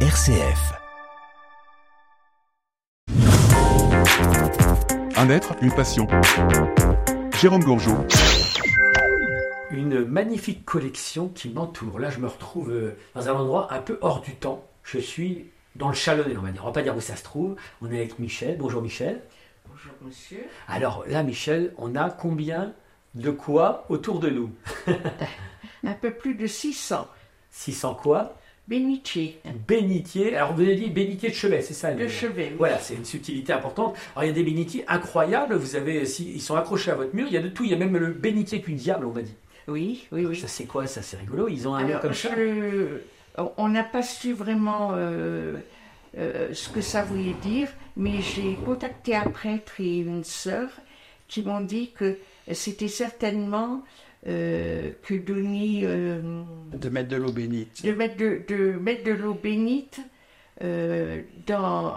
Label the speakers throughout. Speaker 1: RCF.
Speaker 2: Un être, une passion. Jérôme Gourgeot.
Speaker 3: une magnifique collection qui m'entoure. Là, je me retrouve euh, dans un endroit un peu hors du temps. Je suis dans le Chalonnais, on va dire. On va pas dire où ça se trouve. On est avec Michel. Bonjour Michel.
Speaker 4: Bonjour monsieur.
Speaker 3: Alors là, Michel, on a combien de quoi autour de nous
Speaker 4: Un peu plus de 600.
Speaker 3: 600 quoi
Speaker 4: Bénitier,
Speaker 3: Bénitier. Alors vous avez dit bénitier de chevet, c'est ça
Speaker 4: de
Speaker 3: le-
Speaker 4: chevet. oui.
Speaker 3: Voilà, c'est une subtilité importante. Alors il y a des bénitiers incroyables. Vous avez, si- ils sont accrochés à votre mur. Il y a de tout. Il y a même le bénitier du diable, on m'a dit.
Speaker 4: Oui, oui, oui.
Speaker 3: Ça c'est quoi Ça c'est rigolo. Ils ont un nom
Speaker 4: Alors,
Speaker 3: comme ça.
Speaker 4: je- on n'a pas su vraiment euh, euh, ce que ça voulait dire, mais j'ai contacté un prêtre et une sœur qui m'ont dit que c'était certainement euh, que Denis, euh,
Speaker 5: De mettre de l'eau bénite.
Speaker 4: de mettre de, de mettre de l'eau bénite euh, dans,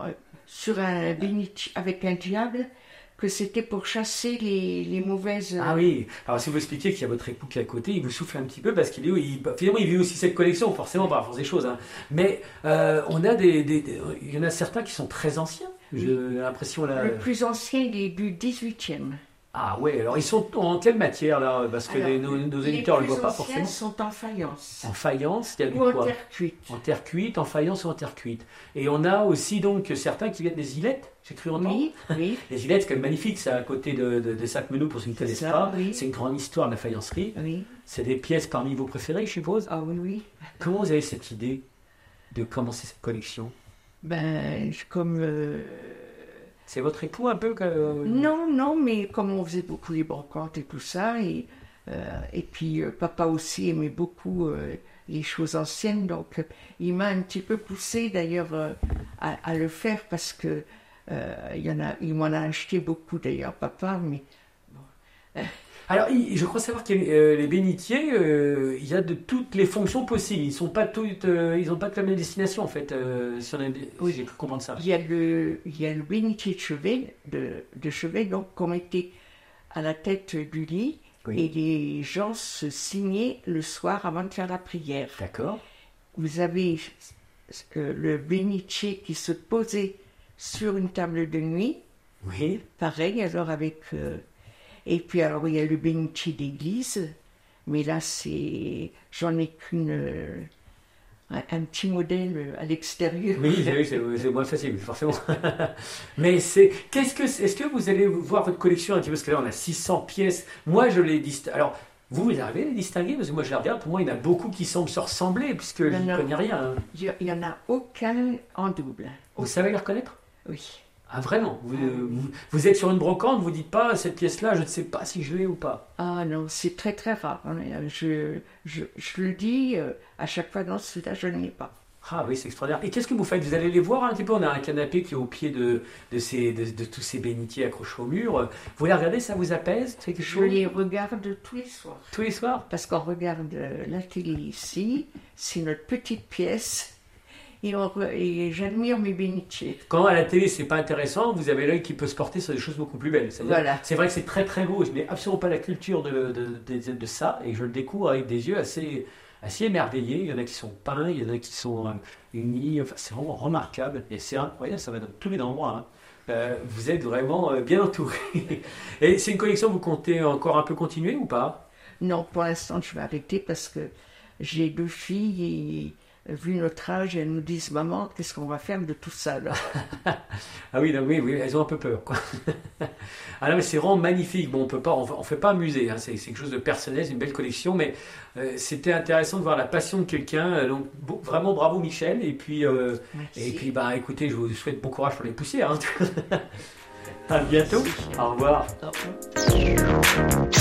Speaker 4: sur un bénitier avec un diable, que c'était pour chasser les, les mauvaises.
Speaker 3: Ah oui, alors si vous expliquez qu'il y a votre époux qui est à côté, il vous souffle un petit peu parce qu'il est, il- bah, finalement, il vit aussi cette collection, forcément, par la force des choses. hein. Mais euh, on a des, des- des- il y en a certains qui sont très anciens. J'ai l'impression là.
Speaker 4: Le plus ancien, il est du 18e.
Speaker 3: Ah ouais, alors ils sont en quelle matière là Parce que
Speaker 4: Alors,
Speaker 3: les- nos, nos
Speaker 4: Les
Speaker 3: éditeurs ne le
Speaker 4: plus
Speaker 3: voient pas
Speaker 4: anciens
Speaker 3: forcément.
Speaker 4: sont en faïence.
Speaker 3: En faïence, il y a du
Speaker 4: Ou en
Speaker 3: quoi
Speaker 4: terre cuite.
Speaker 3: En terre cuite, en faïence ou en terre cuite. Et on a aussi donc certains qui viennent des îlettes, j'ai cru entendre.
Speaker 4: Oui, oui.
Speaker 3: Les îlettes, c'est quand même magnifique, c'est à côté de, de, de Sac-Menou pour ceux qui ne connaissent
Speaker 4: ça,
Speaker 3: pas.
Speaker 4: oui.
Speaker 3: C'est une grande histoire de la faïencerie.
Speaker 4: Oui,
Speaker 3: C'est des pièces parmi vos préférées, je suppose.
Speaker 4: ah oui, oui.
Speaker 3: Comment vous avez cette idée de commencer cette collection
Speaker 4: Ben, je- comme. euh,
Speaker 3: C'est votre époux un peu que... euh,
Speaker 4: Non, non, mais comme on faisait beaucoup les brocantes et tout ça, et, euh, et puis euh, papa aussi aimait beaucoup euh, les choses anciennes, donc euh, il m'a un petit peu poussé d'ailleurs euh, à, à le faire parce que euh, il y en a, il m'en a acheté beaucoup d'ailleurs, papa, mais
Speaker 3: Alors, il- je crois savoir que euh, les bénitiers, euh, il y a de toutes les fonctions possibles. Ils sont pas toutes, euh, ils ont pas que la même destination en fait. euh, si on a des- Oui, j'ai cru comprendre ça.
Speaker 4: Il y a le, il y a le bénitier de chevet, de, de chevet donc, qu'on mettait à la tête du lit
Speaker 3: Oui.
Speaker 4: et les gens se signaient le soir avant de faire la prière.
Speaker 3: D'accord.
Speaker 4: Vous avez euh, le bénitier qui se posait sur une table de nuit,
Speaker 3: Oui.
Speaker 4: pareil, alors avec... euh, et puis alors il y a le bénitier d'église, mais là c'est... J'en ai qu'une... euh, un, un petit modèle euh, à l'extérieur.
Speaker 3: Oui, oui, c'est c'est moins facile, forcément. Mais c'est, qu'est-ce que, c'est- est-ce que vous allez voir votre collection un petit peu parce que là on a 600 pièces. Moi, je les distingue. Alors, vous, vous arrivez à les distinguer parce que moi, je les regarde. Pour moi, il y en a beaucoup qui semblent se ressembler puisque je
Speaker 4: Non,
Speaker 3: n'y
Speaker 4: non.
Speaker 3: connais rien. hein.
Speaker 4: Il n'y en a aucun en double.
Speaker 3: Vous savez les reconnaître
Speaker 4: Oui.
Speaker 3: Ah vraiment vous, euh, vous, vous êtes sur une brocante, vous dites pas cette pièce-là, je ne sais pas si je l'ai ou pas.
Speaker 4: Ah non, c'est très très rare. hein. Je, je, je le dis euh, à chaque fois, non, celui-là, je ne l'ai pas.
Speaker 3: Ah oui, c'est extraordinaire. Et qu'est-ce que vous faites Vous allez les voir hein, un petit peu On a un canapé qui est au pied de, de, ces, de, de tous ces bénitiers accrochés au mur. Vous les regardez, ça vous apaise C'est quelque
Speaker 4: Je
Speaker 3: chose
Speaker 4: les regarde tous les soirs.
Speaker 3: Tous les soirs
Speaker 4: Parce qu'on regarde euh, la télé ici, c'est notre petite pièce, et, on re- et j'admire mes bénitiers.
Speaker 3: Quand à la télé, c'est pas intéressant, vous avez l'œil qui peut se porter sur des choses beaucoup plus belles. C'est-à-dire,
Speaker 4: Voilà.
Speaker 3: C'est vrai que c'est très très beau, je n'ai absolument pas la culture de, de, de- de ça, et je le découvre avec des yeux assez, assez émerveillés. Il y en a qui sont peints, il y en a qui sont euh, unis, Enfin, c'est vraiment remarquable, et c'est incroyable, ça va dans tous les endroits. hein. Euh, vous êtes vraiment euh, bien entouré. et c'est une collection, vous comptez encore un peu continuer ou pas
Speaker 4: Non, pour l'instant, je vais arrêter parce que j'ai deux filles et euh, vu notre âge, elles nous disent Maman, qu'est-ce qu'on va faire de tout ça là
Speaker 3: Ah oui, non, oui, oui, elles ont un peu peur. Quoi. ah non, mais c'est vraiment magnifique. Bon, on peut pas, on, on fait pas un musée, hein. c'est c'est quelque chose de personnel, c'est une belle collection, mais euh, c'était intéressant de voir la passion de quelqu'un. Euh, Donc bon, vraiment bravo Michel, et puis. euh, Et
Speaker 4: Merci.
Speaker 3: puis, bah, écoutez, je vous souhaite bon courage pour les
Speaker 4: Ah,
Speaker 3: poussières. hein. à bientôt. Au revoir.
Speaker 4: Au revoir.